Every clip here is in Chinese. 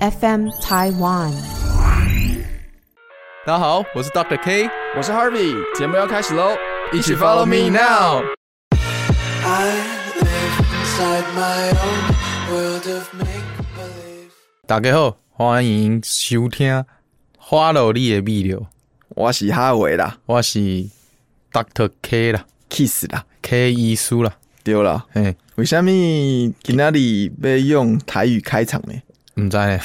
FM Taiwan。大家好，我是 Doctor K，我是 Harvey，节目要开始喽，一起 Follow Me Now。 I live inside my own world of make believe. 大家好，欢迎收听《花落你的密流》，我是哈维啦我是 Doctor K 啦，Kiss 啦， ，K 医师啦，对啦。嘿，为什么今天里被用台语开场呢？唔知呢，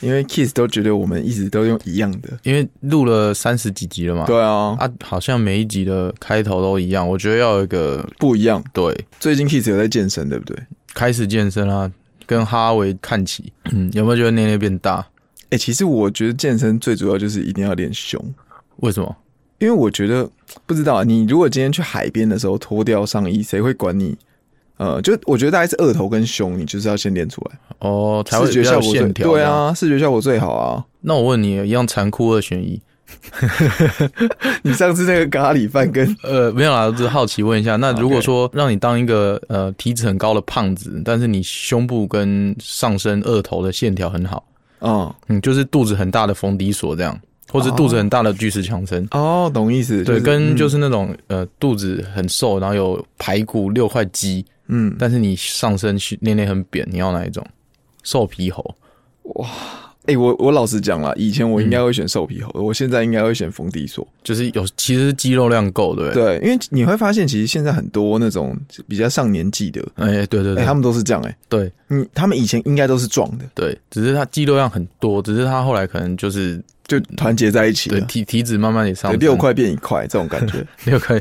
因为 Kiss 都觉得我们一直都用一样的。因为录了三十几集了嘛，对啊，啊，好像每一集的开头都一样，我觉得要有一个不一样。对最近 Kiss 有在健身，对不对？开始健身啊，跟哈维看齐，嗯，有没有觉得年龄变大？哎、其实我觉得健身最主要就是一定要练胸，为什么？因为我觉得不知道啊你如果今天去海边的时候脱掉上衣，谁会管你？呃，就我觉得大概是额头跟胸，你就是要先练出来，哦，才会视觉比较效有果最线条。对，啊，视觉效果最好啊。那我问你，一样残酷二选一， 你上次那个咖喱 饭跟呃，没有啦，我只是好奇问一下，那如果说让你当一个呃体脂很高的胖子，但是你胸部跟上身二头的线条很好，哦嗯，就是肚子很大的冯迪索这样，或者肚子很大的巨石强森，哦，懂意思，对，跟就是是那种呃肚子很瘦，然后有排骨六块肌，嗯，嗯但是你上身是练练很扁，你要哪一种？瘦皮猴，哎、我我老实讲啦，以前我应该会选瘦皮猴，嗯我现在应该会选冯迪索。就是有其实是肌肉量够，对不对？对，因为你会发现，其实现在很多那种比较上年纪的，哎、对对哎、对，他们都是这样、哎，对你他们以前应该都是壮的，对，只是他肌肉量很多，只是他后来可能就是就团结在一嗯起对了，体体脂慢慢也上啊对，升，六块变一块这种感 觉。六块，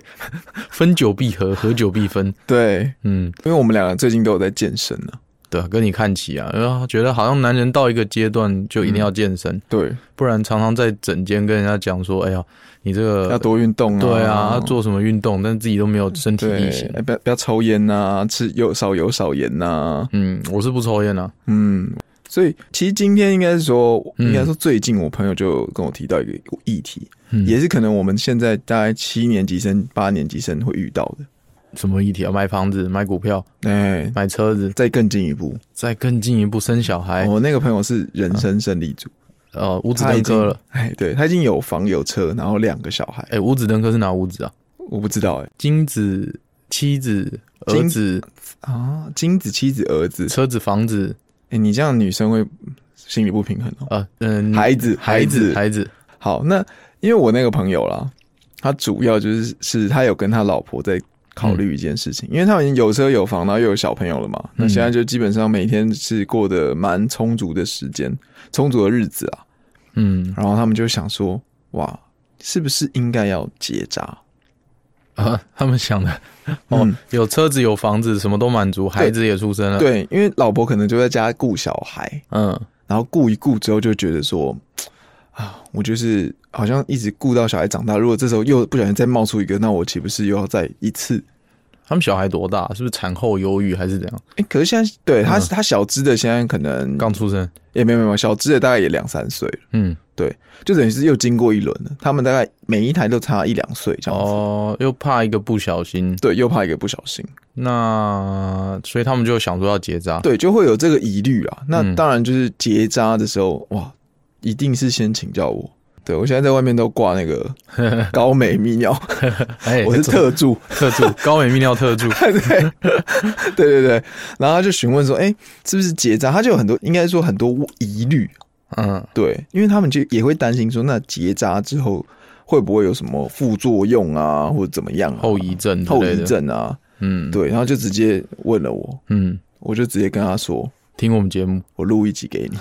分久必合，合久必分。对，嗯，因为我们两个最近都有在健身呢、对、啊，跟你看齐啊，然后觉得好像男人到一个阶段就一嗯定要健身，对，不然常常在整间跟人家讲说，哎呀，你这个要多运动啊，对啊，要做什么运动，但是自己都没有身体对力行，。哎不要不要抽烟呐、吃有少油少盐呐、啊嗯，我是不抽烟啊，嗯，所以其实今天应该是说，嗯应该说最近我朋友就跟我提到一个议题，嗯也是可能我们现在大概七年级生、八年级生会遇到的。什么议题啊？买房子、买股票、哎、买车子，再更进一步，再更进一步生小孩，我那个朋友是人生胜利组，呃，五子哦他登已经科了。。哎，对他已经有房有车，然后两个小孩哎、，五子登科是哪五子啊？我不知道哎、金子、妻子、儿金子、啊，金子、妻子、儿子，车子、房子，哎，你这样女生会心里不平衡哦。啊，嗯，孩子，孩子，孩子，好，那因为我那个朋友啦，他主要就是是他有跟他老婆在考虑一件事情，因为他们已经有车有房，然后又有小朋友了嘛，那现在就基本上每天是过得蛮充足的时间，充足的日子啊。嗯，然后他们就想说，哇，是不是应该要结扎？啊，他们想的，哦，嗯有车子有房子，什么都满足，孩子也出生了，，对，因为老婆可能就在家顾小孩，嗯，然后顾一顾之后就觉得说，啊，我就是好像一直顾到小孩长大，如果这时候又不小心再冒出一个，那我岂不是又要再一次？他们小孩多大？是不是产后忧郁还是怎样？哎、可是现在对他、嗯他小只的现在可能刚出生，也没有没有小只的大概也两三岁了，嗯，就等于是又经过一轮了。他们大概每一台都差一两岁这样子，哦，又怕一个不小心，对，又怕一个不小心，那所以他们就想说要结扎，对，就会有这个疑虑啊。嗯那当然就是结扎的时候，哇，一定是先请教我。对我现在在外面都挂那个 高美泌尿，哎， 我是特助，特助，高美泌尿特助， 对对对对，然后他就询问说，哎、是不是结扎？他就有很多，应该说很多疑虑，嗯，对，因为他们就也会担心说，那结扎之后会不会有什么副作用啊，或者怎么样、啊、后遗症之后类遗的，症啊？嗯，，对，然后就直接问了我，嗯，我就直接跟他说，听我们节目，我录一集 给你。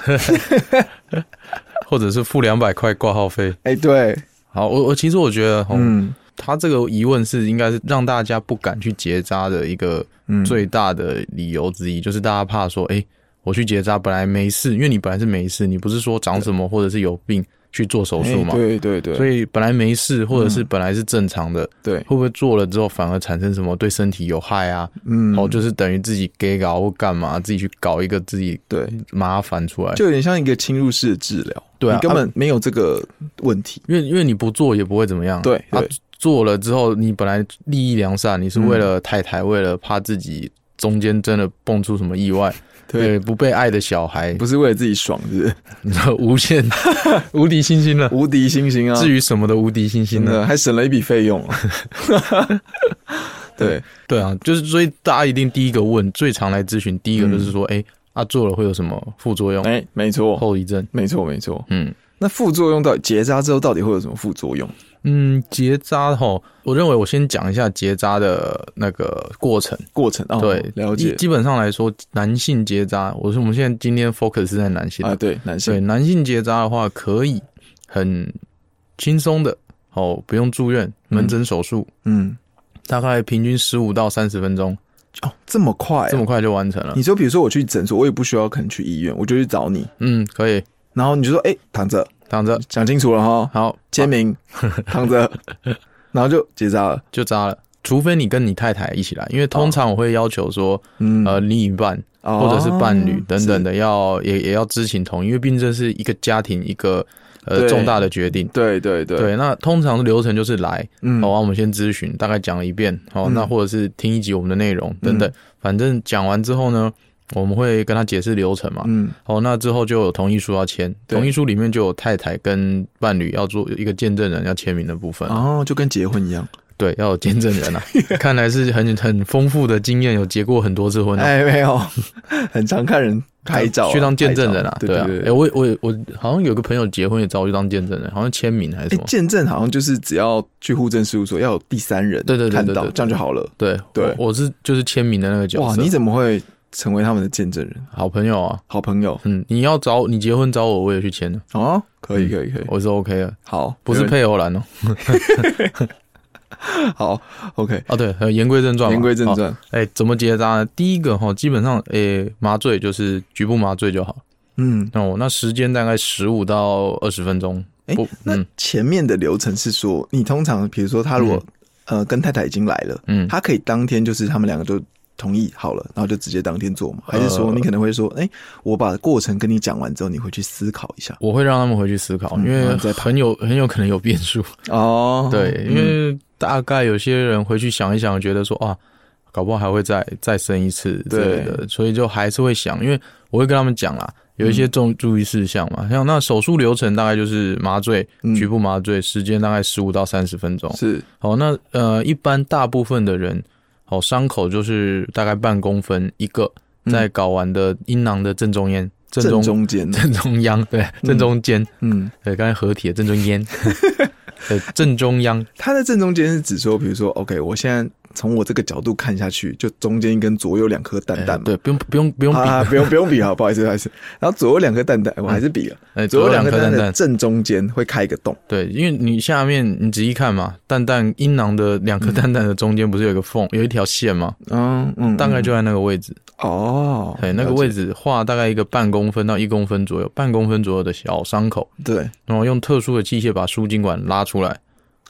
或者是付两百块挂号费。哎、对，好，我我其实我觉得，嗯，嗯他这个疑问是应该是让大家不敢去结扎的一个嗯，最大的理由之一，就是大家怕说，哎、我去结扎本来没事，因为你本来是没事，你不是说长什么或者是有病去做手术哎嘛，对对对，所以以本来没事或者是本来是正常的，对，会不会做了之后反而产生什么对身体有害啊？嗯，哦，就是等于自己 gay 搞或干嘛，自己去搞一个自己对，麻烦出来，就有点像一个侵入式的治疗，嗯对啊你根本没有这个问题，因为因为你不做也不会怎么样，对啊对，嗯做了之后你本来利益良善，你是为了太太，为了怕自己中间真的蹦出什么意外， 对，不被爱的小孩，不是为了自己爽，是 不是无 限无敌星星了。无敌星星啊！至于什么的无敌星星真呢？的还省了一笔费用。啊 对，对啊，就是所以大家一定第一个问，最常来咨询，第一个就是说，哎、啊做了会有什么副作用、嗯哎，没错，后遗症？没错，没错。嗯那副作用到底结扎之后到底会有什么副作用？嗯，结扎吼，我认为我先讲一下结扎的那个过程。过程啊，对，了基解基本上来说，男性结扎，我说我们现在今天 focus 是在男性啊，对，男对性男性结扎的话，可以很轻松的哦，不用住院，门诊手术、嗯，大概平均十五到三十分钟，哦，这么快啊，这么快就完成了你。说，比如说我去诊所，我也不需要可能去医院，我就去找你，嗯，可以然后你就说，哎、躺着，躺着，讲清楚了哈，好，签名，躺着，然后就结扎了。就扎了。除非你跟你太太一起来，因为通常我会要求说，哦嗯，呃，另一半哦或者是伴侣等等，的，要也也要知情同意，因为毕竟这是一个家庭一个呃对重大的决定是。对对对，对，那通常流程就是来，嗯，好、啊，我们先咨询，大概讲了一遍，好、嗯那或者是听一集我们的内容等等，反正讲完之后呢，我们会跟他解释流程嘛。嗯，好、那之后就有同意书要签，对同意书里面就有太太跟伴侣要做一个见证人要签名的部分，哦，就跟结婚一样，对，要有见证人 啊。看来是很很丰富的经验，有结过很多次婚、啊。哎，没有， 很常看人拍照啊，去当见证人啊拍，照对对啊，对哎、我我我好像有个朋友结婚也找我去当见证人，好像签名还是哎什么，，见证好像就是只要去户政事务所要有第三人对对对对看对到，对这样就好了。对对我，我是就是签名的那个角色，哇，你怎么会成为他们的见证人？好朋友啊，好朋友嗯，你要找你结婚找我，我也去签的，哦，可以嗯可以可以，我是 OK 的，好，不是没问题配偶栏哦。 好，OK。啊，对，呃言归正传嘛，言归正好。传，哎、怎么结扎呢？第一个哈，基本上，哎、麻醉就是局部麻醉就好。嗯，那我那时间大概十五到二十分钟。哎不，那嗯前面的流程是说，你通常比如说他如果、呃跟太太已经来了，嗯，他可以当天就是他们两个就同意好了，然后就直接当天做吗？呃还是说你可能会说，哎、我把过程跟你讲完之后，你回去思考一下我会让他们回去思考，嗯因然为后再很有很有可能有变数。哦对，因为大概有些人回去想一想，觉得说啊，搞不好还会再再生一次之类的，所以就还是会想，因为我会跟他们讲啦，有一些重注意事项嘛，像那手术流程大概就是麻醉，嗯局部麻醉，时间大概十五到三十分钟。是好，那呃，一般大部分的人，好伤口就是大概半公分一个，嗯在睾丸的阴囊的正中间，正中正中间，正中央，对，正中间，嗯，对，刚才合体的正中 间，对，正中央。他的正中间是指说，比如说，OK，我嗯现在从我这个角度看下去，就中间跟左右两颗蛋蛋哎嘛。对，不用不哎用不用比，啊，不用不用比哈，不好意思不好意思。然后左右两颗蛋蛋，我还是比了。哎，左左右右两颗两颗蛋蛋蛋的，正中间会开一个洞，对，因为你下面你仔细看嘛，蛋蛋阴囊的两颗蛋蛋的中间不是有一个缝，有一条线嘛，嗯嗯大概就在那个位置，哦，对，那个了解位置画大概一个半公分到一公分左右，半公分左右的小伤口，对，然后用特殊的器械把输精管拉出来，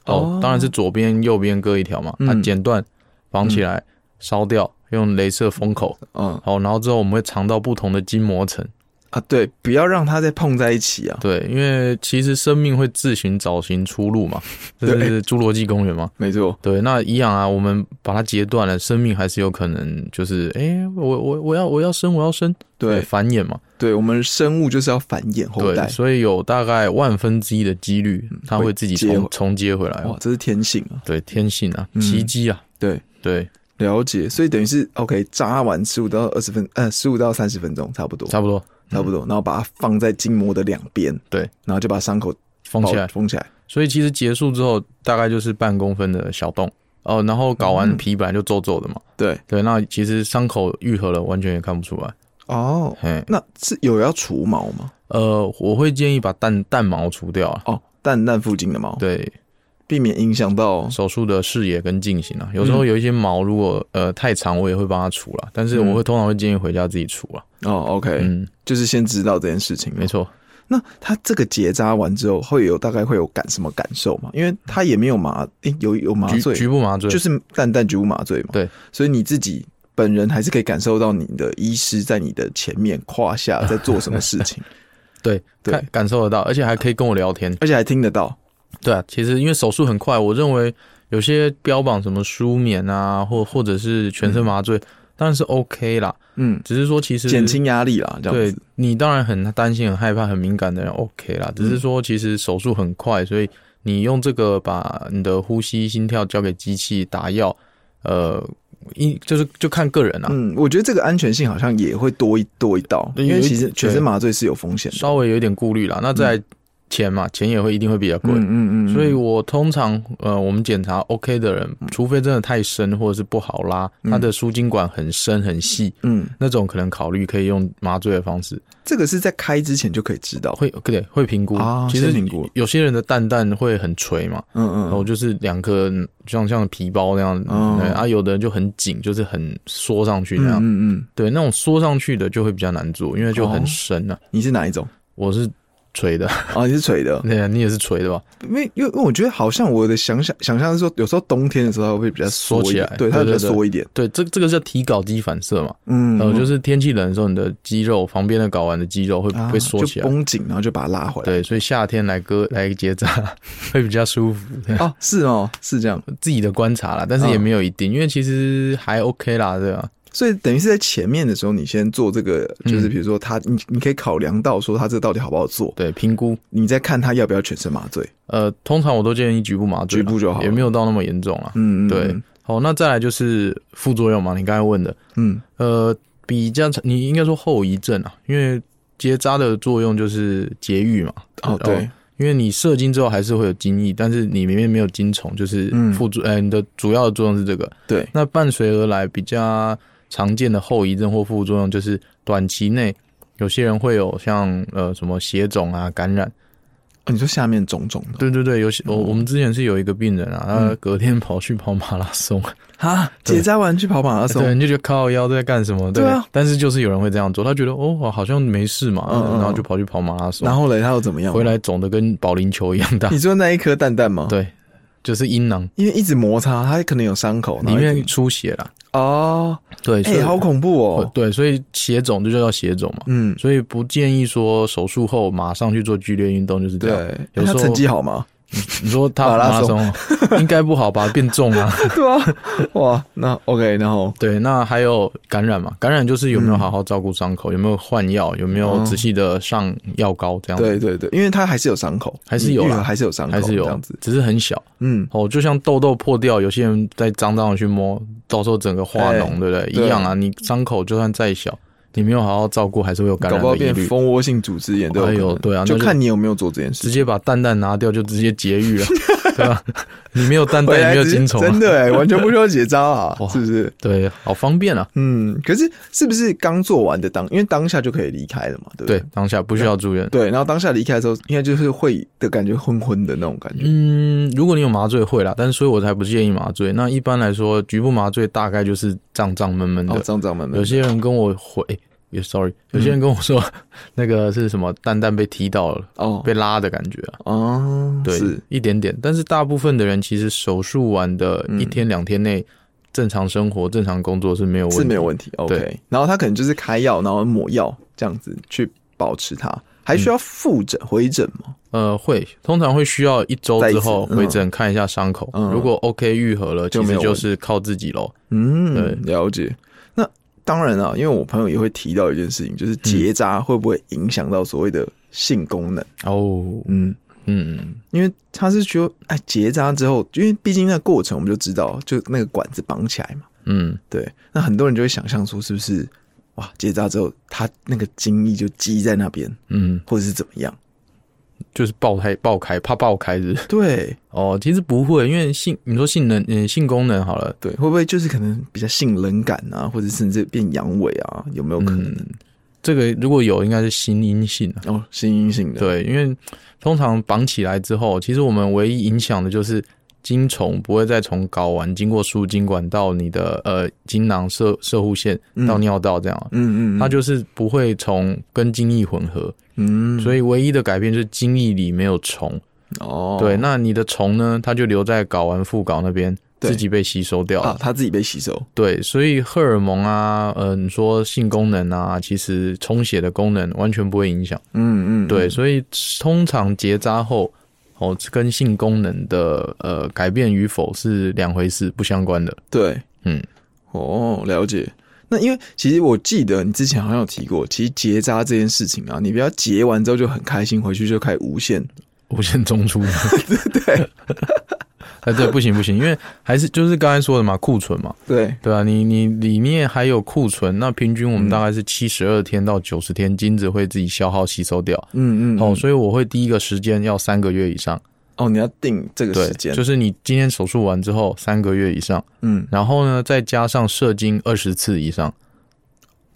哦哦，当然是左边右边各一条嘛，嗯啊，剪断绑起来烧掉，用镭射封口，嗯好，然后之后我们会尝到不同的筋膜层。啊，对，不要让它再碰在一起啊，对，因为其实生命会自行找寻出路嘛，这是侏罗纪公园嘛。没错，对，那一样啊，我们把它截断了，生命还是有可能就是，哎、我我我要我要生我要生，对繁衍嘛，对，我们生物就是要繁衍后对，代，嗯所以有大概万分之一的几率，它会自己会接重回重接回来哇哦，，这是天性啊，对，天性啊，嗯奇迹啊，对，对，了解，所以等于是 OK，扎完十五到二十分，呃，十五到三十分钟差不多，差不多差不多，然后把它放在筋膜的两边，嗯对，然后就把伤口封起包来。封起来，所以其实结束之后，大概就是半公分的小洞哦，然后搞完嗯皮本来就皱皱的嘛，对，对，那其实伤口愈合了，完全也看不出来，哦，嘿。那是有要除毛吗？呃，我会建议把蛋蛋毛除掉啊，哦，蛋蛋附近的毛，对避免影响到，手术的视野跟进行啊。有时嗯候有一些毛如果呃太长，我也会帮它除了，但是我会通常会建议回家自己除了。嗯哦，OK，嗯，就是先知道这件事情，没。错，那他这个结扎完之后，会有大概会有感什么感受吗？因为他也没有麻，诶、有有麻局醉，局部麻醉就。是淡淡局部麻醉嘛。对，所以你自己本人还是可以感受到你的医师在你的前面胯下在做什么事 情，对，对感感受得到，而且还可以跟我聊天。而且还听得到。对啊，其实因为手术很快，我认为有些标榜什么舒眠啊，或或者是全身麻醉，当然是 OK 啦，嗯，只是说其实减轻压力啦，这样对子，你当然很担心、很害怕、很敏感的人 OK 啦，只嗯是说其实手术很快，所以你用这个把你的呼吸、心跳交给机器打药，呃，一就是就看个人啦、啊嗯，我觉得这个安全性好像也会多一多一道，对因为有一其实全对身麻醉是有风险的，稍微有一点顾虑啦。那在钱嘛，钱也会一定会比较贵，嗯嗯嗯，所以我通常呃，我们检查 OK 的人，除非真的太深或者是不好拉，嗯他的输精管很深很细，嗯，那种可能考虑可以用麻醉的方式，这个是在开之前就可以知道，会对会评估啊其先实评估有些人的蛋蛋会很垂嘛，嗯然后嗯，就是两颗嗯像像皮包那样，哦对啊，有的人就很紧，就是很缩上去那嗯样，嗯嗯，对，那种缩上去的就会比较难做，因为就哦很深啊。你是哪一种？我是垂的， 哦，你是垂的，对啊，你也是垂的吧？因为因为我觉得好像我的想象想象是说，有时候冬天的时候它会比较缩一缩起点来，对，它会比较对对对缩一点，对，这这个叫体睾肌反射嘛，嗯，呃，就是是天气冷的时候，你的肌肉旁边的睾丸的肌肉会会缩起啊就来。绷紧，然后就把它拉回来。对，所以夏天来割来结扎 会比较舒服。对哦，是哦，是这样，自己的观察啦，但嗯是也没有一定，因为其实还 OK 啦，对啊吧？所以等于是在前面的时候，你先做这个，嗯就是比如说他，你你可以考量到说他这到底好不好做，对，评估。你再看他要不要全身麻醉。呃，通常我都建议局部麻醉啦，局部就好也没有到那么严重啊啦。嗯，嗯对，好，那再来就是副作用嘛，你刚才问的，嗯呃，比较你应该说后遗症啊，因为结扎的作用就是节育嘛。哦对，因为你射精之后还是会有精液，但是你里面没有精虫，就是嗯副作，呃，你的主要的作用是这个。对，那伴随而来比较常见的后遗症或副作用，就是短期内有些人会有像呃什么血肿啊、感染。哦你说下面种种的对对对，有些我我们之前是有一个病人啊，他隔天跑去跑马拉松，哈，对结扎完去跑马拉松对，，你就觉得靠腰在干什么？对啊但是就是有人会这样做，他觉得哦好像没事嘛，嗯嗯嗯然后就跑去跑马拉松，然后嘞，他又怎么样？回，来肿的跟保龄球一样大你，说那一颗蛋蛋 吗？，对，就是阴囊。因为一直摩擦，它可能有伤口里然后一面直出血啦，哦，对，所哎、以呃好恐怖哦，对，所以血肿就叫血肿嘛，嗯，所以不建议说手术后马上去做剧烈运动，就是这对样。，那啊有他时候成绩 好吗？ 你说他马马拉拉松松应该不好吧？变重啊。 对啊，哇，那 OK，然后对，那还有感染嘛？感染就是有没有好好照顾伤口，有没有换药，有没有嗯仔细的上药膏这样子，对对对，因为他还是有伤口，还是有愈啦合还是有伤口，还是这有啊样子，，只是很小嗯，哦。就像痘痘破掉，有些人在脏脏的去摸，到时候整个化脓，对不对？哎对一样啊，你伤口就算再小，你没有好好照顾，还是会有感搞染不好的疑变虑。蜂窝性组织炎都有可哎呦能对啊那就就看你有没有做这件直事。接把蛋蛋拿掉就直接节育 了，对吧？你没有 蛋蛋回也来没有直接精虫、真啊， 的哎，完全不需要结扎啊，哇是不是？对，好方便啊。嗯，可是是不是刚做完的当，因为当下就可以离开了嘛，对不对对？，当下不需要住院。对，然后当下离开的时候，应该就是会的感觉昏昏的那种感觉。嗯，如果你有麻醉会啦，但是所以我才不建议麻醉。那一般来说，局部麻醉大概就是胀胀闷闷的。哦，胀胀闷闷。嗯有些人跟我回，哎也、sorry，有嗯些人跟我说、那个是什么蛋蛋被踢到了，哦被拉的感觉啊。哦，对是，一点点。但是大部分的人其实手术完的一嗯天两天内，正常生活、正常工作是没有问题。是没有问题。OK，对然后他可能就是开药，然后抹药这样子去保持它，还需要复诊、回诊吗？呃，会，通常会需要一周之后再一次嗯回诊看一下伤口，嗯如果 OK 愈合了，就其没实有就问题是靠自己喽。嗯，了解。那当然啊，因为我朋友也会提到一件事情，嗯就是结扎会不会影响到所谓的性功能？哦，嗯，嗯，因为他是说，哎，结扎之后，因为毕竟那个过程我们就知道，就那个管子绑起来嘛。嗯，对，那很多人就会想象出是不是哇，结扎之后他那个精液就积在那边，嗯，或者是怎么样？就是爆开爆开，怕爆开是不是对哦，其实不会，因为性你说性能嗯性功能好了，对，会不会就是可能比较性冷感啊，或者甚至变阳痿啊？有没有可能？嗯，这个如果有应该是心阴性啊，哦，心阴性的，对，因为通常绑起来之后，其实我们唯一影响的就是。精虫不会再从睾丸经过输精管到你的呃精囊射射护腺到嗯尿道这样啊，嗯嗯嗯，它就是不会从跟精液混合，嗯，所以唯一的改变就是精液里没有虫。哦，对，那你的虫呢，它就留在睾丸副睾那边，对自己被吸收掉了。啊，他自己被吸收，对，所以荷尔蒙啊，嗯、你说性功能啊，其实充血的功能完全不会影响。嗯嗯，对，嗯所以通常结扎后。哦，跟性功能的呃改变与否是两回事，不相关的。对，嗯，哦，了解。那因为其实我记得你之前好像有提过，其实结扎这件事情啊，你不要结完之后就很开心，回去就开始无限。无限中出，对 对， 哎对，不行不行，因为还是就是刚才说的嘛，库存嘛，对，对啊，你你里面还有库存，那平均我嗯们大概是七十二天到九十天，精子会自己消耗吸收掉。嗯嗯，哦，所以我会第一个时间要三个月以上，哦，你要定这个对时，间，就是是你今天手术完之后三个月以上，嗯，然后呢再加上射精二十次以上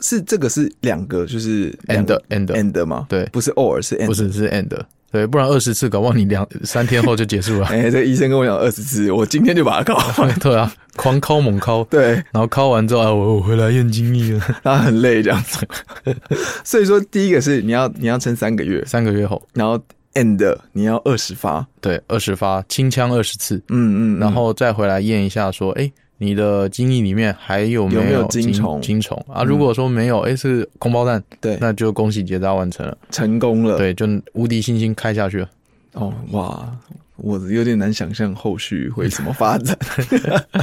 是这个是两个，就是两，and 个 and end 吗？对不是 or 是 end，不是是 and，对，不然二十次搞不好你两三天后就结束了。 哎、这个医生跟我讲二十次，我今天就把它搞完。 对啊，狂敲猛敲，对，然后敲完之后，哎，我我回来验精液了，他很累这样子。 所以说，第一个是你要你要撑三个月，三个月后。然后 end 你要二十发。对，二十发清枪二十次，嗯嗯，然后再回来验一下，说，哎、你的精液里面还有有没没有精精虫嗯精虫啊？如果说没有，哎、是空包蛋，对呃那就恭喜结扎完成了，成功了。，对，就无敌星星开下去了。哦哇，我有点难想象后续会怎么发展。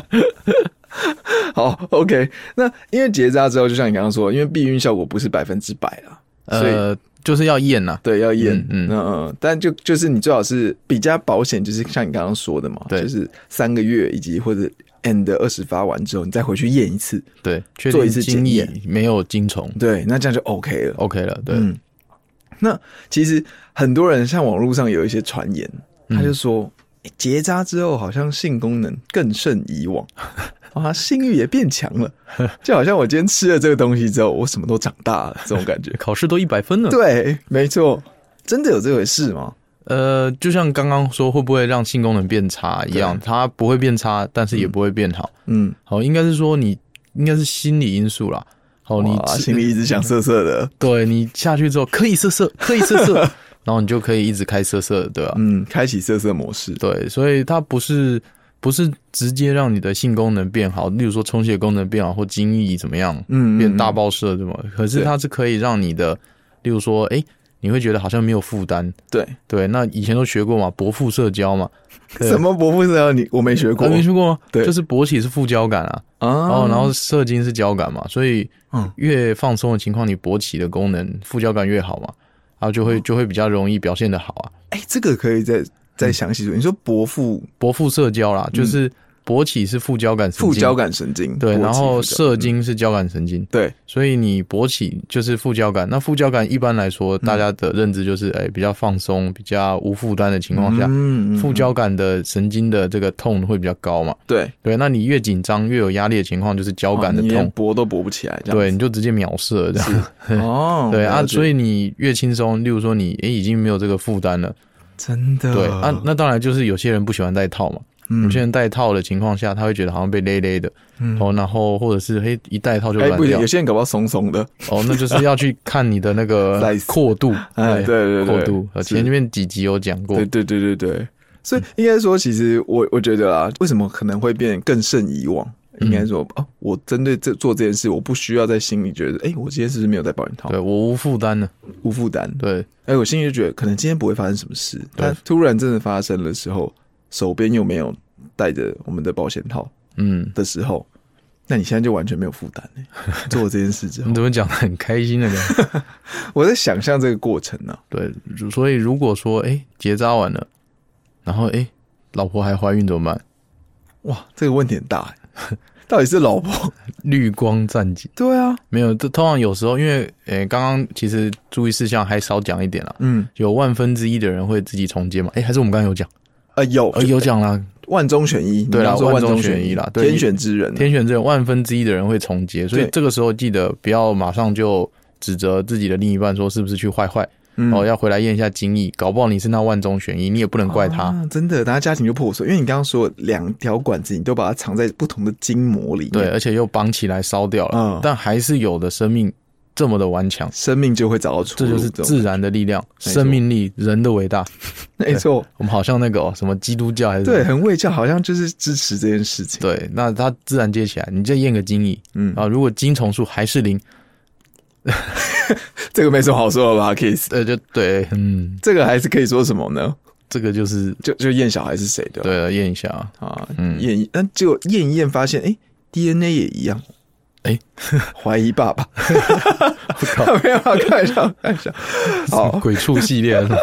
好，OK，那因为结扎之后，就像你刚刚说，因为避孕效果不是百分之百啦，所以、呃，就是要验呐、对要验，嗯嗯嗯嗯，但就就是你最好是比较保险，就是像你刚刚说的嘛，对就是三个月以及或者 and 二十发完之后，你再回去验一次，对，确做一定次精检液验没有精虫对，那这样就 OK 了。 ，OK 了，对，嗯，那其实很多人像网络上有一些传言，嗯他就说、欸结扎之后好像性功能更胜以往， 啊，性欲也变强 了，就好像我今天吃了这个东西之后，我什么都长大了这种感觉 。考试都一百分了。对，没错，真的有这回事吗？呃，就像刚刚说，会不会让性功能变差一样，它不会变差，但是也不会变好。嗯，好，应该是说你应该是心理因素啦。好，哦你哇吃心里一直想色 色的，对你下去之后可以色 色，可以色色，然后你就可以一直开色色，对吧、嗯，开启色色模式。对，所以它不是不是直接让你的性功能变好，例如说充血功能变好或精液怎么样，嗯嗯变大嗯爆射对吗？可是对它是可以让你的，例如说，哎、你会觉得好像没有负担。对，对，那以前都学过嘛，勃腹社交嘛，对什么伯父色你我没学过啊没学过吗？对就是勃起是副交感啊，啊，然后然后射精是交感嘛，所以嗯越放松的情况，你勃起的功能副交感越好嘛，然后就会就会比较容易表现的好啊。哎、这个可以再嗯再详细说。你说伯父勃腹社交啦，就是勃起是副交感神经，嗯副交感嗯神经，对，勃起然后副交射精是交感神经，对，所以你勃起就是副交感。那副交感一般来说，嗯大家的认知就是，哎，比较放松、比较无负担的情况下，嗯嗯副交感的神经的这个痛会比较高嘛。对，对，那你越紧张、越有压力的情况，就是交感的哦你连痛，搏都搏不起来，这对，样你就直接秒射这样。 子哦，对啊，所以以你越轻松，例如说你诶已经没有这个负担了，真的嗯对啊，那当然就是有些人不喜欢戴套嘛，有些人戴套的情况下，他会觉得好像被勒勒的，哦，然后或者是嘿一戴套就哎软不一定，掉有，些人搞不好松松的，哦，那就是要去看你的那 个 Size 阔度，哎对对对阔度，呃是前面几集有讲过对，对对对对，所以应该说，其实我我觉得啊，为什么可能会变更胜以往？嗯应该说哦，我针对这做这件事，我不需要在心里觉得，哎，我今天是不是没有戴保险套对，我无负担了，无负担？对哎，我心里就觉得可能今天不会发生什么事，对但突然真的发生的时候，手边又没有带着我们的保险套嗯，的时候，那你现在就完全没有负担嘞。 做了这件事之后你，怎么讲的很开心啊的感 觉？我在想象这个过程啊呢、对，如所以如果说诶结扎完了，然后诶老婆还怀孕怎么办？哇，这个问题很大、 欸，到底是 老婆？绿光战警。对啊，没有，这通常有时候因为，诶、刚刚其实注意事项还少讲一点啦。嗯，有万分之一的人会自己重建嘛？诶、还是我们刚刚有讲，呃，有呃，有讲啦。万中选一，对啦你刚说万万中中选选一啦对天选之人啊、天选之人万分之一的人会重建，所以对这个时候记得不要马上就指责自己的另一半说是不是去坏坏，嗯哦，要回来验一下精液，搞不好你是那万中选一，你也不能怪他。啊真的，大家家庭就破碎，因为你刚刚说两条管子，你都把它藏在不同的筋膜里面，对，，而且又绑起来烧掉了，嗯但还是有的生命这么的顽强，生命就会找到出这路。就是种自然的力量、错生命力、人的伟大。没错，我们好像那个、哦、什么基督教还是什么对，很卫教，好像就是支持这件事情。对，那它自然接起来，你再验个精液，嗯啊，如果精虫数还是零，这个没什么好说的吧，Kiss。呃，就对，嗯，这个还是可以说什么呢？这个就是就就验小孩是谁的，对了，验一下啊，啊，嗯验一，那结果验一验发现，哎、d n a 也一样，哎， 怀疑爸 爸， 没有啊，开玩笑，开 玩笑。好，鬼畜系 列是吧？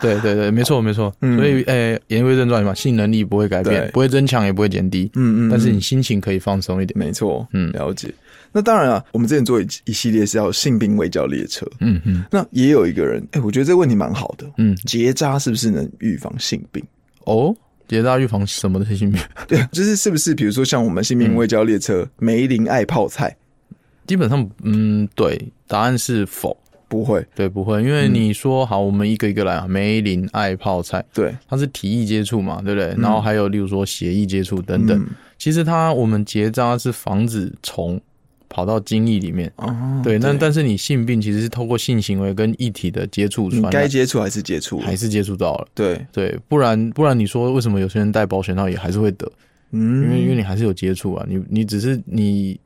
对对对，没错没错。嗯所以，诶、言归正传嘛，性能力不会改变对，不会增强，也不会减低，嗯嗯，但是你心情可以放松一点。没错，嗯，嗯了解。那当然啊，我们之前做一一系列是叫性病未教列车，嗯嗯那也有一个人，哎、我觉得这个问题蛮好的。嗯，结扎是不是能预防性病？哦，结扎预防什么的性病，对， 就是是不是比如说像我们性病未教列嗯车，梅林爱泡菜 基本上，嗯，对，答案是否。不会？对，不会，因为嗯你说好，我们一个一个来啊。梅林爱泡菜，对，它是体液接触嘛，对不对？然后还有例如说血液接触等等。嗯其实它我们结扎是防止虫跑到精液里面，哦，对。那但是你性病其实是透过性行为跟液体的接触你传该染，接触还是接触，还是接触到了。对，对，不然不然你说为什么有些人戴保险套也还是会得？因为因为嗯，你还是有接触啊，你你只是你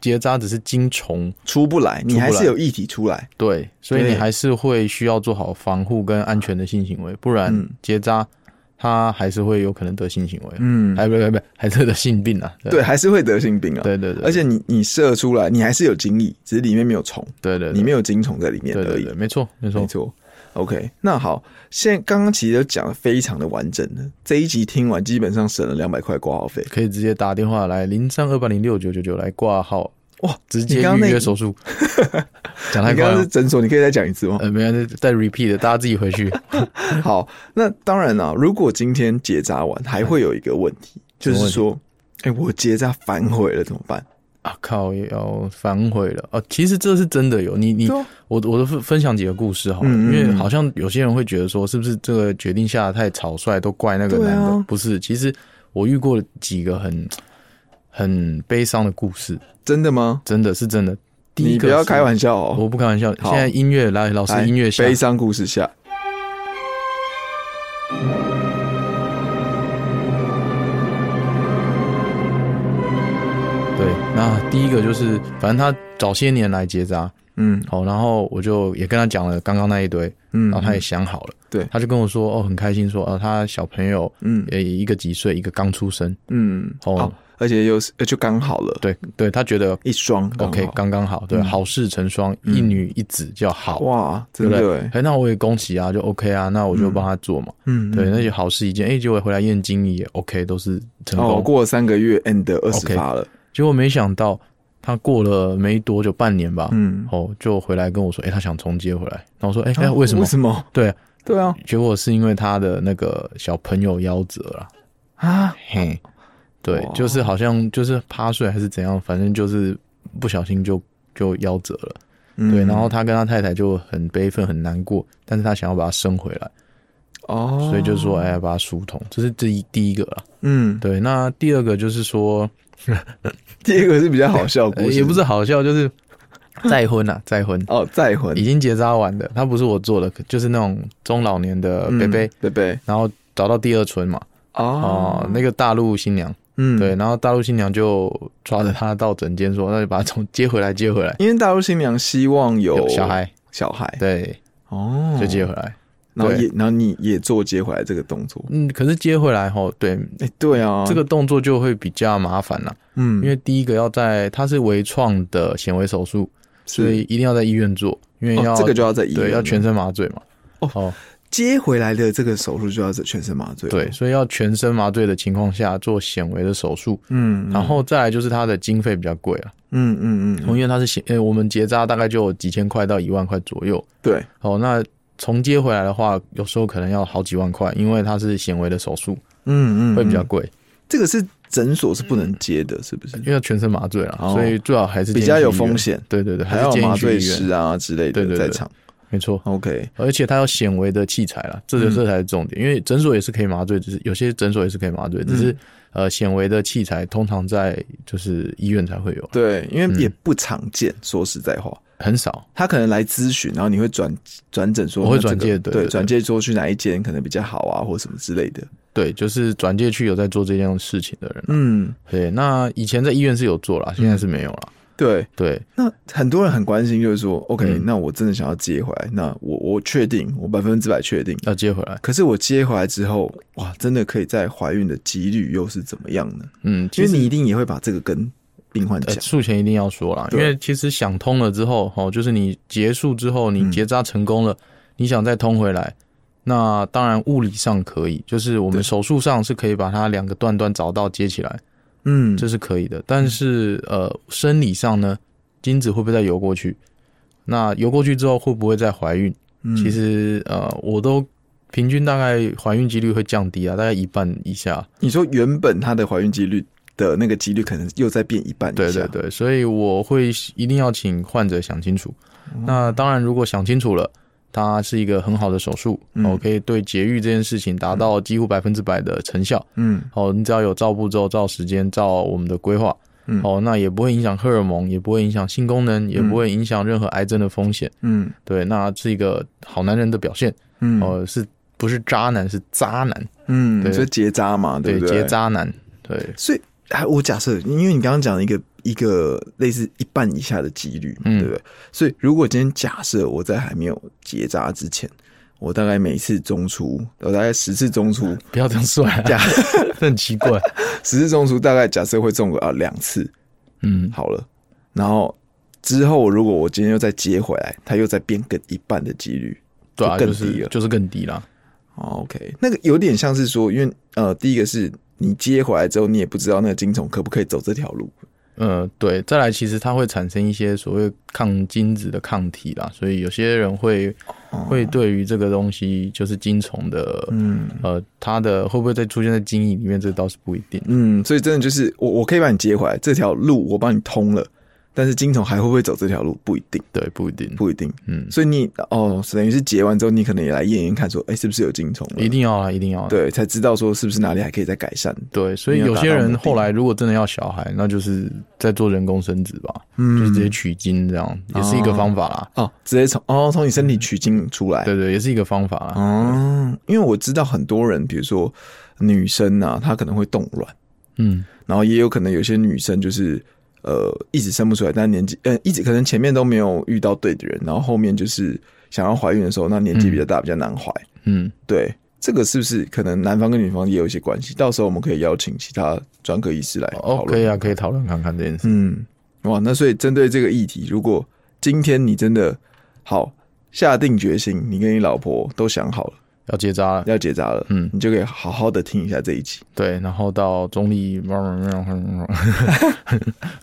结扎只是精虫，出不来，你还是有液体出来，对，所以你对还是会需要做好防护跟安全的性行为，不然嗯结扎它还是会有可能得性行为，嗯，哎还不不不，还是得性病啊。对，还是会得性病啊。对对对，而且你你射出来，你还是有精液，只是里面没有虫，对对对里面有精虫在里面对而对已对，。没错没错没，错。OK，那好，现在刚刚其实都讲的非常的完整了，这一集听完基本上省了两百块挂号费。可以直接打电话来零三二八零六九九九来挂号，哇，直接你刚预刚那约手 术。讲太快你刚刚了是，诊所，你可以再讲一次吗？呃，没有再 repeat，的大家自己回去。 好，那当然啦、如果今天结扎完，还会有一个问题，嗯什就么问题是说，哎、我结扎反悔了怎么办？啊靠，要反悔了啊！其实这是真的有你你对啊我我都分分享几个故事好了，嗯因嗯为嗯好像有些人会觉得说，是不是这个决定下的太草率，都怪那个对啊男的？不是，其实我遇过几个很很悲伤的故事，真的吗？真的是真的。第一你个不要是开玩笑哦。我不开玩笑。好现在音乐来，老师来音乐下悲伤故事下，对。那第一个就是，反正他早些年来结扎，嗯好，然后我就也跟他讲了刚刚那一堆，嗯，然哦后他也想好了，对他就跟我说，哦，很开心说，哦，他小朋友。嗯呃，一个几岁，一个刚出生，嗯哦好，而且又是呃就刚好了，对对，他觉得一双刚好 OK 刚刚好，对，嗯好事成双，嗯一女一子叫好，哇，对真不的对哎？，哎，那我也恭喜啊，就 OK 啊，那我就帮他做嘛，嗯，对，嗯那些好事一件，哎，结果回来验精液也 OK，都是成哦，功，过了三个月，and 二十 OK 发了，结果没想到他过了没多久，半年吧，嗯，哦，就回来跟我说，哎，他想重接回来，然后我说，哎，哎，啊为什么为？什么？对，对啊，结果是因为他的那个小朋友夭折了，啊，嘿，对哇，就是好像就是趴睡还是怎样，反正就是不小心就就夭折了。对，嗯然后他跟他太太就很悲愤很难过，但是他想要把他生回来，哦，所以就说哎呀把他疏通，这是第一第一个啦。嗯，对，那第二个就是说，第一个是比较好笑的呃故事，也不是好笑，就是 再婚啊，再婚。哦，再婚已经结扎完的，他不是我做的，就是那种中老年的贝贝，，贝贝然后找到第二春嘛，哦、嗯哦，那个大陆新娘，嗯对，，然后大陆新娘就抓着他到诊间说，那就把他从接回来，接回来，因为大陆新娘希望有有小，孩，小孩，对，哦，就接回来。然后对也然后你也做接回来这个动作，嗯，可是接回来后，对，哎，对啊，这个动作就会比较麻烦啦，嗯，因为第一个要在它是微创的显微手术，所以是一定要在医院做，因为要、哦这个就要在医院对要全了身麻醉嘛。哦哦，接回来的这个手术就要全身麻醉，对，，所以要全身麻醉的情况下做显微的手术，嗯，然后再来就是它的经费比较贵了，啊嗯嗯嗯，因为它是显，呃，我们结扎大概就有几千块到一万块左右。对，哦，那重接回来的话，有时候可能要好几万块，因为它是显微的手术，嗯嗯，会比较嗯贵，这个是诊所是不能接的，是不是？因为全身麻醉了，哦所以最好还是比较建有议去医院风险对对对，还是有建议麻去醉医院师啊之类对的对在对场没错， ，OK，而且它要显微的器材啦，这个嗯这才是重点，因为诊所也是可以麻醉，只是有些诊所也是可以麻醉，只嗯是、呃显微的器材通常在就是医院才会有，对，因为嗯也不常见，说实在话。很少。他可能来咨询，然后你会转转诊说，我会那这个转介对对，对转介说去哪一间可能比较好啊，或什么之类的。对，就是转介去有在做这件事情的人啦。嗯，对，那以前在医院是有做啦，现在是没有啦。对。对，那很多人很关心，就是说，OK，、嗯那我真的想要接回来，那我我确定，我百分之百确定。要接回来。可是我接回来之后，哇，真的可以在怀孕的几率又是怎么样呢？嗯，因其为实你一定也会把这个跟病患呃讲。术前一定要说啦，因对为其实想通了之后，哦，就是你结束之后，嗯你结扎成功了，你想再通回来，那当然物理上可以，就是我们对手术上是可以把它两个段段找到接起来，嗯，这是可以的。但是呃，生理上呢，精子会不会再游过去？那游过去之后会不会再怀孕？嗯其实呃，我都平均大概怀孕几率会降低啊，大概一半以下。你说原本她的怀孕几率的那个几率，可能又再变一半以对下对对，所以我会一定要请患者想清楚。嗯那当然，如果想清楚了，它是一个很好的手术，嗯哦，可以对节育这件事情达到几乎百分之百的成效。嗯哦，你只要有照步骤、照时间、照我们的规划，嗯哦，那也不会影响荷尔蒙，也不会影响性功能，也不会影响任何癌症的风险。嗯对，那是一个好男人的表现。嗯哦，是不是渣男？是渣男，嗯，对所以结扎嘛，对对，不对？结。渣男，对，所以还我假设，因为你刚刚讲了一个一个类似一半以下的几率嘛，嗯对不对？所以如果今天假设我在还没有结扎之前，我大概每次中出，我大概十次中出，不要这样算、 啊，假很奇怪。十次中出大概假设会中个啊两次嗯，好了，然后之后如果我今天又再接回来，它又再变更一半的几率，对啊，就就更低是了。就是更低啦。哦 OK，那个有点像是说，因为呃，第一个是你接回来之后，你也不知道那个精虫可不可以走这条路，呃，对，再来，其实它会产生一些所谓抗精子的抗体啦，所以有些人会会对于这个东西，就是精虫的，哦嗯。呃，它的会不会再出现在精液里面，这倒是不一定。嗯，所以真的就是我，我可以把你接回来，这条路我帮你通了，但是金虫还会不会走这条路不一定，对，不一定。不一定。嗯，所以你哦，等于是结完之后，你可能也来验验看说、哎是不是有金虫了一定要啊，一定要啊。对，才知道说是不是哪里还可以再改善。对，所以没有有达些到目人的后来如果真的要小孩，那就是在做人工生殖吧，就是直接嗯，取精这样，也是一个方法啦。哦，直接从哦从你身体取精出来。对对，也是一个方法啦。嗯哦，因为我知道很多人，比如说女生啊，她可能会冻卵，嗯，然后也有可能有些女生就是呃一直生不出来，但年纪呃一直可能前面都没有遇到对的人，然后后面就是想要怀孕的时候，那年纪比较大，比较难怀。嗯，对，这个是不是可能男方跟女方也有一些关系？到时候我们可以邀请其他专科医师来哦，哎讨可论。以啊，可以讨论看看这件事。嗯，哇，那所以针对这个议题，如果今天你真的好下定决心，你跟你老婆都想好了要结扎了，要结扎了，嗯，你就可以好好的听一下这一集。对，然后到中立，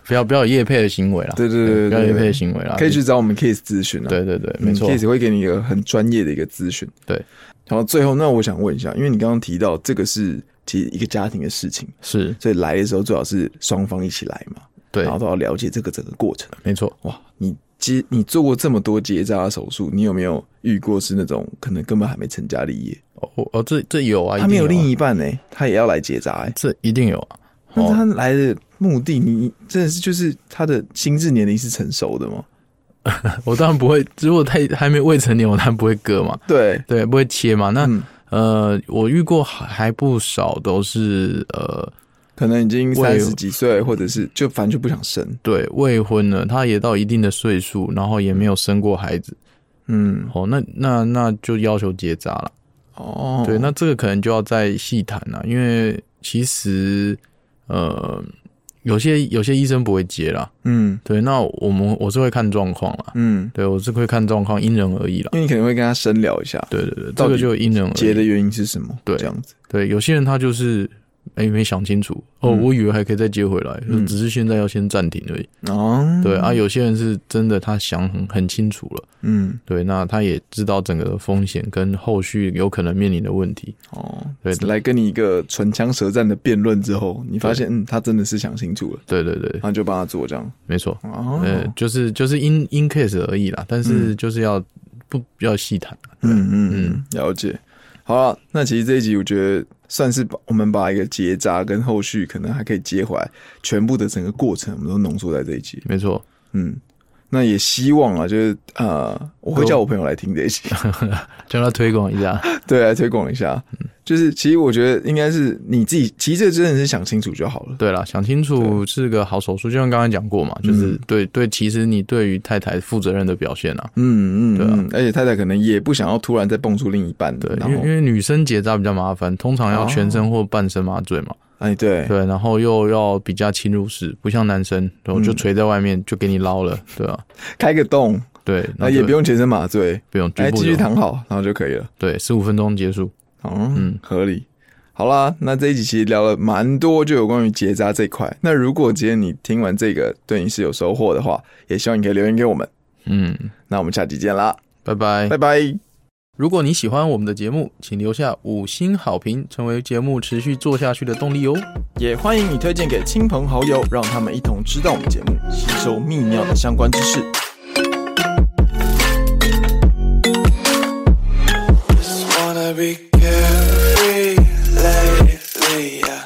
不要不要有叶配的行为啦，对对对不要对有叶对配对的行为啦，可以去找我们 Case 咨询啊。对对对，嗯没错 c，a s 会给你一个很专业的一个咨询。对，然后最后，那我想问一下，因为你刚刚提到这个是其实一个家庭的事情，是所以来的时候最好是双方一起来嘛，对然，后都要了解这个整个过程。没错。哇，你结你做过这么多结扎手术，你有没有遇过是那种可能根本还没成家立业，哦哦，这这有啊，他没有另一定啊，一半呢、他也要来结扎、欸？这一定有啊。那哦他来的目的，你真的是就是他的心智年龄是成熟的吗？我当然不会，如果太还没未成年，我当然不会割嘛，对，对，不会切嘛。那嗯，呃，我遇过还还不少都是呃，可能已经我三也十几岁，或者是就反正就不想生。对未婚了，他也到一定的岁数，然后也没有生过孩子，嗯，哦，那那那就要求结扎了。哦，对，那这个可能就要再细谈了，因为其实呃，有些有些医生不会接啦。嗯对，那我们我是会看状况啦，嗯，对我是会看状况，因人而异啦。因为你可能会跟他深聊一下，对对对，这到底个就因人而结的异。原因是什么，对这样子。对，有些人他就是哎、没想清楚，哦，嗯我以为还可以再接回来，嗯只是现在要先暂停而已。哦，对啊，，有些人是真的他想很很清楚了，嗯，对，那他也知道整个的风险跟后续有可能面临的问题。哦，对来跟你一个唇枪舌战的辩论之后，你发现嗯，他真的是想清楚了，对对对然，后就帮他做这样。没错。哦，呃，就是就是因因 case 而已啦，但是就是要、不要细谈啊，嗯嗯嗯嗯，了解。好了，那其实这一集我觉得算是把我们把一个结扎跟后续可能还可以接回来全部的整个过程，我们都浓缩在这一集。没错，嗯，那也希望啊，就是呃，我会叫我朋友来听这一集。叫他推广一下， 对，来推广一下。嗯就是其实我觉得应该是你自己，其实这真的是想清楚就好了。对啦，想清楚是个好手术，就像刚才讲过嗯嘛，就是对对，其实你对于太太负责任的表现啊，嗯嗯，对啊嗯而且太太可能也不想要突然再蹦出另一半的，对，然因为后因为女生结扎比较麻烦，通常要全身或半身麻醉嘛，哎，对，对，然后又要比较侵入式，不像男生，然后就嗯垂在外面就给你捞了，对啊，开个洞，对，那就也不用全身麻醉，不用，局哎，部继续流躺好，然后就可以了。对，十五分钟结束，哦，嗯嗯，合理。好啦，那这一集其实聊了蛮多，就有关于结扎这一块。那如果今天你听完这个对你是有收获的话，也希望你可以留言给我们。嗯，那我们下期见啦，拜拜拜。拜。如果你喜欢我们的节目，请留下五星好评，成为节目持续做下去的动力哦。也欢迎你推荐给亲朋好友，让他们一同知道我们节目，吸收泌尿的相关知识。